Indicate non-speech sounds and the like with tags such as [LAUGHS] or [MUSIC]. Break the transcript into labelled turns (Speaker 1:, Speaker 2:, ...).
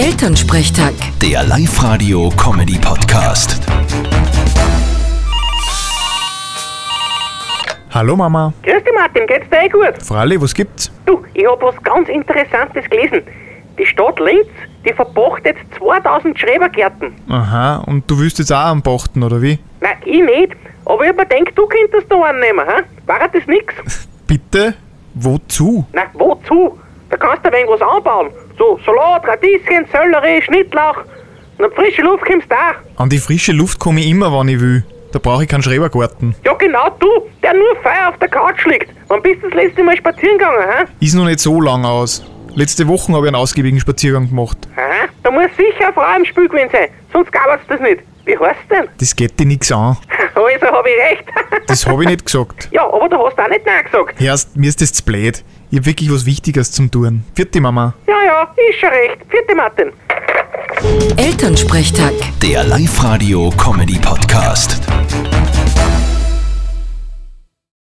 Speaker 1: Elternsprechtag.
Speaker 2: Der Live-Radio-Comedy-Podcast.
Speaker 3: Hallo Mama.
Speaker 4: Grüß dich Martin, geht's dir eh gut?
Speaker 3: Fralli, was gibt's?
Speaker 4: Du, ich hab was ganz Interessantes gelesen. Die Stadt Linz, die verpachtet 2000 Schrebergärten.
Speaker 3: Aha, und du willst jetzt auch einen Pachten, oder wie?
Speaker 4: Nein, ich nicht, aber ich hab mir gedacht, du könntest da einen nehmen, hä? War das nix?
Speaker 3: Bitte? Wozu?
Speaker 4: Na, wozu? Da kannst du ein wenig was anbauen. So Salat, Radieschen, Sellerie, Schnittlauch. Und an frische Luft kommst du auch.
Speaker 3: An die frische Luft komme ich immer, wann ich will. Da brauche ich keinen Schrebergarten.
Speaker 4: Ja genau du, der nur Feuer auf der Couch liegt. Wann bist du das letzte Mal spazieren gegangen, hä?
Speaker 3: Ist noch nicht so lang aus. Letzte Woche habe ich einen ausgiebigen Spaziergang gemacht.
Speaker 4: Aha, da muss sicher eine Frau im Spiel gewesen sein, sonst gab es das nicht. Wie heißt denn? [LAUGHS]
Speaker 3: Das geht dir nix an.
Speaker 4: Also hab ich recht. [LAUGHS]
Speaker 3: Das habe ich nicht gesagt.
Speaker 4: Ja, aber du hast auch nicht Nein gesagt.
Speaker 3: Erst, mir ist das zu blöd. Ich habe wirklich was Wichtiges zum Tun. Vierte Mama.
Speaker 4: Ja, ja, ist schon recht. Vierte Martin.
Speaker 1: Elternsprechtag.
Speaker 2: Der Live-Radio-Comedy-Podcast.